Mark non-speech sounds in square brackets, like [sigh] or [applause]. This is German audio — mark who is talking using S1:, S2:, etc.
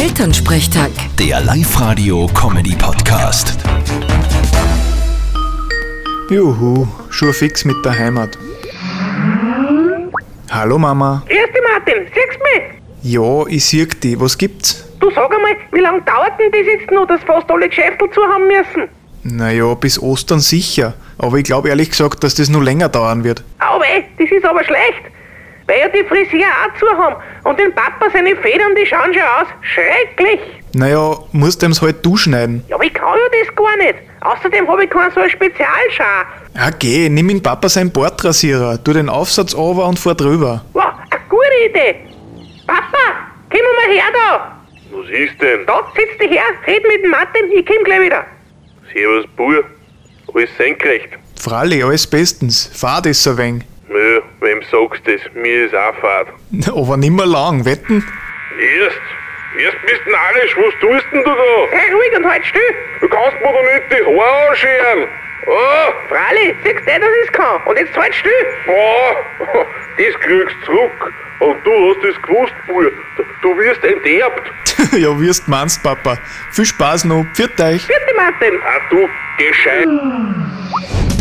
S1: Elternsprechtag.
S2: Der Live-Radio-Comedy-Podcast.
S3: Juhu, schon fix mit der Heimat. Hallo Mama.
S4: Grüß dich, Martin. Siehst du mich?
S3: Ja, ich sieg dich. Was gibt's?
S4: Du sag einmal, wie lange dauert denn das jetzt noch, dass fast alle Geschäfte zu haben müssen?
S3: Naja, bis Ostern sicher. Aber ich glaube ehrlich gesagt, dass das nur länger dauern wird.
S4: Au weh, das ist aber schlecht. Weil ja die Frisier auch zu haben. Und den Papa seine Federn, die schauen schon aus. Schrecklich.
S3: Naja, musst dem's halt du schneiden.
S4: Ja, aber ich kann ja das gar nicht. Außerdem habe ich keinen so einen Spezialschar.
S3: Ja, geh, nimm ihn Papa seinen Bordrasierer, tu den Aufsatz over und fahr drüber.
S4: Wow, eine gute Idee. Papa, komm mal her da.
S5: Was ist denn?
S4: Da, setz dich her, red mit dem Martin, ich komm gleich wieder.
S5: Servus, Bur. Alles senkrecht.
S3: Fralli, alles bestens. Fahr das so wenig. [laughs]
S5: Nö, wem sagst du's? Mir ist auch fad.
S3: Aber nimmer lang, wetten? [laughs]
S5: Erst, erst bist du narrisch. Was tust denn du da?
S4: Sei ruhig und halt still.
S5: Du kannst mir doch nicht die Haare anscheren. Oh,
S4: Fralli, siehst du, dass ich's kann. Und jetzt halt still.
S5: boah, oh, das kriegst du zurück. Und du hast es gewusst, Bur. Du wirst enterbt.
S3: ja, wir's meinst, Papa. Viel Spaß noch. Pfiat euch.
S4: Bitte, Martin.
S5: Ah, du, gescheit.